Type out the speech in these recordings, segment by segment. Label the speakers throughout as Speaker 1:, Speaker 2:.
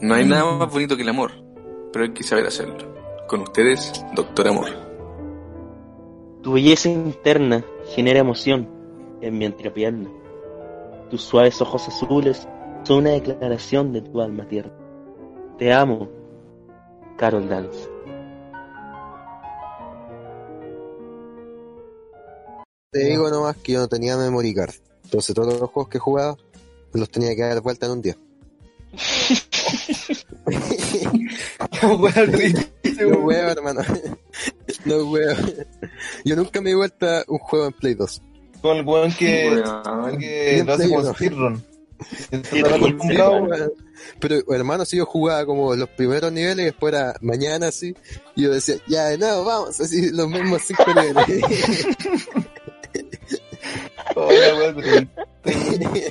Speaker 1: No hay nada más bonito que el amor, pero hay que saber hacerlo. Con ustedes, Doctor Amor.
Speaker 2: Tu belleza interna genera emoción en mi entrepierna. Tus suaves ojos azules son una declaración de tu alma tierna. Te amo, Carol Dance.
Speaker 3: Te digo nomás que yo no tenía memory card. Entonces todos los juegos que jugaba los tenía que dar vuelta en un día.
Speaker 4: No,
Speaker 3: No huevo, hermano. No huevo. Yo nunca me di vuelta un juego en Play 2.
Speaker 4: Con el weón que,
Speaker 1: Weón.
Speaker 4: que lo hace con Speedrun. Se trata con un lado, weón.
Speaker 3: Pero hermano, si yo jugaba como los primeros niveles y después era mañana así, y yo decía, ya de nuevo, vamos, así los mismos cinco niveles.
Speaker 4: Oh, la weá, pero-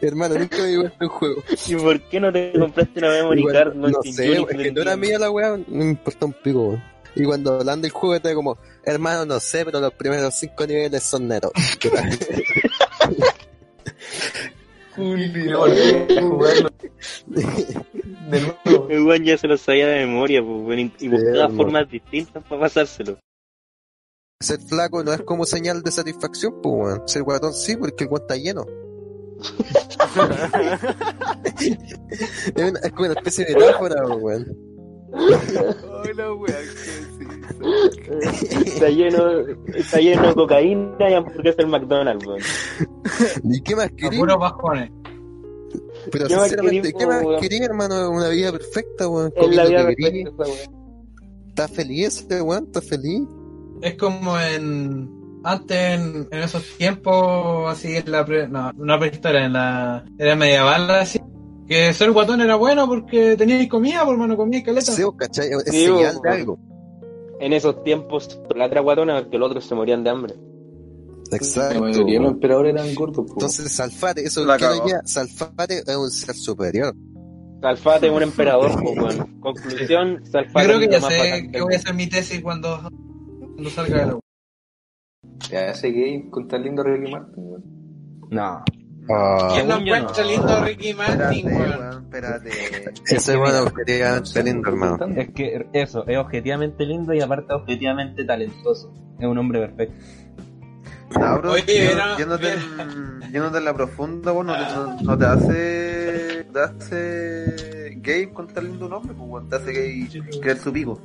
Speaker 3: hermano, nunca me di vuelta un juego.
Speaker 2: ¿Y por qué no te compraste una memory
Speaker 3: Igual,
Speaker 2: card?
Speaker 3: no, sé, es que no era mía la weá, no me importa un pico, weón. Y cuando hablan del juego era como, hermano, no sé, pero los primeros cinco niveles son netos.
Speaker 4: Julio, volví a jugarlo. De nuevo.
Speaker 2: El weón ya se lo sabía de memoria, pues, weón, y buscaba
Speaker 3: hermano.
Speaker 2: formas distintas para pasárselo.
Speaker 3: Ser flaco no es como señal de satisfacción, pues, weón. Ser guatón sí, porque el guan está lleno. es, una- es como una especie de metáfora, pues, weón.
Speaker 5: Hola, weón, qué
Speaker 2: Está lleno, está lleno de cocaína y hamburguesas del McDonald's, weón.
Speaker 3: ¿Y qué más
Speaker 6: A
Speaker 3: querí?
Speaker 6: puros bajones.
Speaker 3: Pero
Speaker 2: ¿qué más
Speaker 3: sinceramente,
Speaker 2: querí,
Speaker 3: ¿qué más
Speaker 2: weón?
Speaker 3: querí, hermano? Una vida perfecta, weón.
Speaker 2: Es
Speaker 3: Comí
Speaker 2: la
Speaker 3: lo
Speaker 2: vida
Speaker 3: que querí.
Speaker 2: perfecta, esa weón.
Speaker 3: ¿Estás feliz, ese weón? ¿Estás feliz?
Speaker 6: Es como en. Antes, en, en esos tiempos, así en la. Pre, no, no prehistoria, en la. Era medieval, así. Que ser guatón era bueno porque teníais comida, por mano, comíais caleta.
Speaker 3: Sí, vos, ¿cachai? Es
Speaker 2: Sí,
Speaker 3: señal
Speaker 6: pues,
Speaker 2: vos,
Speaker 3: de
Speaker 2: weón.
Speaker 3: algo.
Speaker 2: En esos tiempos, la otra guatona, que los otros se morían de hambre.
Speaker 3: Exacto.
Speaker 1: mayoría de los
Speaker 3: weón.
Speaker 1: emperadores eran gordos, pues. po.
Speaker 3: Entonces, Salfate, eso
Speaker 5: La
Speaker 3: es lo que
Speaker 5: cagó.
Speaker 3: ya, Salfate es un ser superior.
Speaker 2: Salfate es un emperador, pues, weón. Conclusión,
Speaker 6: Yo
Speaker 2: Salfate
Speaker 6: creo que
Speaker 2: es
Speaker 6: ya
Speaker 2: lo más bacán
Speaker 6: sé
Speaker 2: del
Speaker 6: que voy a hacer mi tesis cuando, cuando salga de la U.
Speaker 1: Te hace gay con tan lindo Ricky Martin, weón.
Speaker 5: No.
Speaker 6: ¿Quién no
Speaker 5: Según yo,
Speaker 6: encuentra
Speaker 5: no.
Speaker 6: lindo a Ricky
Speaker 5: Espérate,
Speaker 6: Martin, weón?
Speaker 5: weón, espérate.
Speaker 3: Ese weón objetivamente lindo, hermano.
Speaker 5: Es que eso, es objetivamente lindo y aparte objetivamente talentoso. Es un hombre perfecto.
Speaker 4: Tauro,
Speaker 6: Oye,
Speaker 4: yo-
Speaker 6: era-
Speaker 4: yo no te- yo no te la profunda, vos no te, no- no te hace, te hace gay contarle un nombre, pues, weón, te hace gay creer su pico.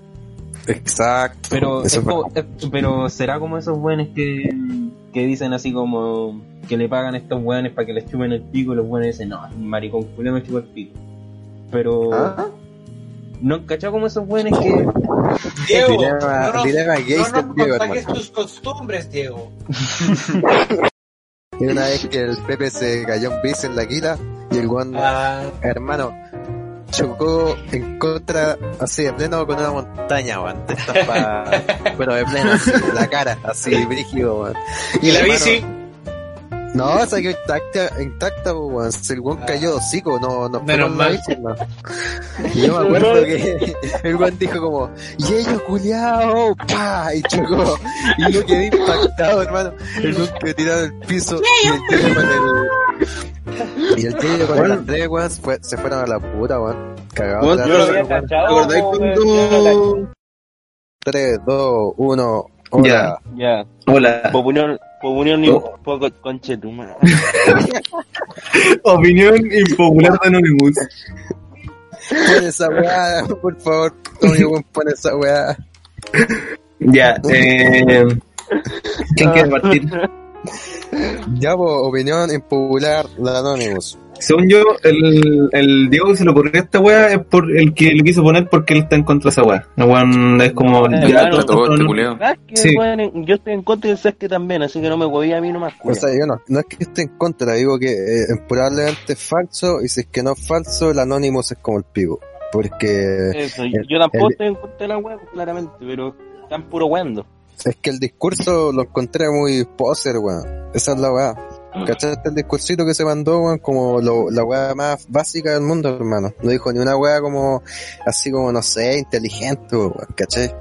Speaker 3: Exacto.
Speaker 5: Pero,
Speaker 3: Eso
Speaker 5: es
Speaker 3: fue-
Speaker 5: como- es- pero será como esos buenos que, que dicen así como que le pagan a estos buenos para que les chupen el pico y los buenos dicen, no, el maricón culé me chupa el pico. Pero
Speaker 4: ¿Ah?
Speaker 5: no han cachado como esos buenos que
Speaker 6: Diego,
Speaker 3: Dilema-
Speaker 6: no nos,
Speaker 3: dilema gays
Speaker 6: no
Speaker 3: del
Speaker 6: nos
Speaker 3: Diego,
Speaker 6: contagies
Speaker 3: hermano.
Speaker 6: tus costumbres, Diego.
Speaker 3: Y una vez que el Pepe se cayó un bici en la quila y el guan,
Speaker 6: Ah,
Speaker 3: hermano, chocó en contra, así de pleno con una montaña, weón. De estas pa- Pero de pleno, así, la cara, así, brígido, weón.
Speaker 6: y la
Speaker 3: hermano-
Speaker 6: bici,
Speaker 3: No, salió intacta, intacta, po, weón. Si el guan
Speaker 2: Ah.
Speaker 3: cayó hocico, no, no
Speaker 6: Menos
Speaker 3: con la
Speaker 6: mal.
Speaker 3: bici, no. Y yo me acuerdo que el guan dijo como, y ellos culiao, pa, y chocó. Y yo quedé impactado, hermano. El guan que tirado del piso y el tío con el... Y el tío con el Andrés, weón, se fue- se fueron a la puta, weón. Cagado.
Speaker 4: Weón,
Speaker 3: de la
Speaker 2: Yo lo
Speaker 3: risa,
Speaker 2: había
Speaker 3: weón.
Speaker 2: cachado,
Speaker 4: ¿Recordáis
Speaker 2: po, weón, yo lo caché.
Speaker 4: cuando...
Speaker 3: 3, 2, 1, hola.
Speaker 4: Ya.
Speaker 2: Ya,
Speaker 4: Hola.
Speaker 2: Popunión, Popunión y
Speaker 3: Oh.
Speaker 2: un poco conchetumar.
Speaker 4: Opinión impopular de Anonymous.
Speaker 3: Pon esa weá, por favor. Tommy, weón, pon esa weá.
Speaker 4: Ya, eh... ¿Quién quiere partir?
Speaker 3: Ya, po, opinión impopular de Anonymous.
Speaker 4: Según yo, el, el Diego que se le ocurrió a esta weá es por el que lo quiso poner porque él está en contra de esa weá. La weá es como.
Speaker 2: No,
Speaker 4: ya,
Speaker 2: hermano,
Speaker 4: no,
Speaker 1: Todo este
Speaker 4: no,
Speaker 1: culeo.
Speaker 4: Sí.
Speaker 2: yo estoy en contra del que también, así que no me voy a mí nomás.
Speaker 3: O sea, yo no, no es que esté en contra, digo que eh, probablemente es falso, y si es que no es falso, el Anonymous es como el pivo. Porque
Speaker 2: Eso,
Speaker 3: el-
Speaker 2: yo tampoco
Speaker 3: el-
Speaker 2: estoy en contra de la web, claramente, pero están puro weando.
Speaker 3: es que el discurso lo encontré muy poser, weón. Esa es la weá. ¿Cachaste el discursito que se mandó, weón? Como lo- la weá más básica del mundo, hermano. No dijo ni una weá como, así como, no sé, inteligente, weón, ¿cachai?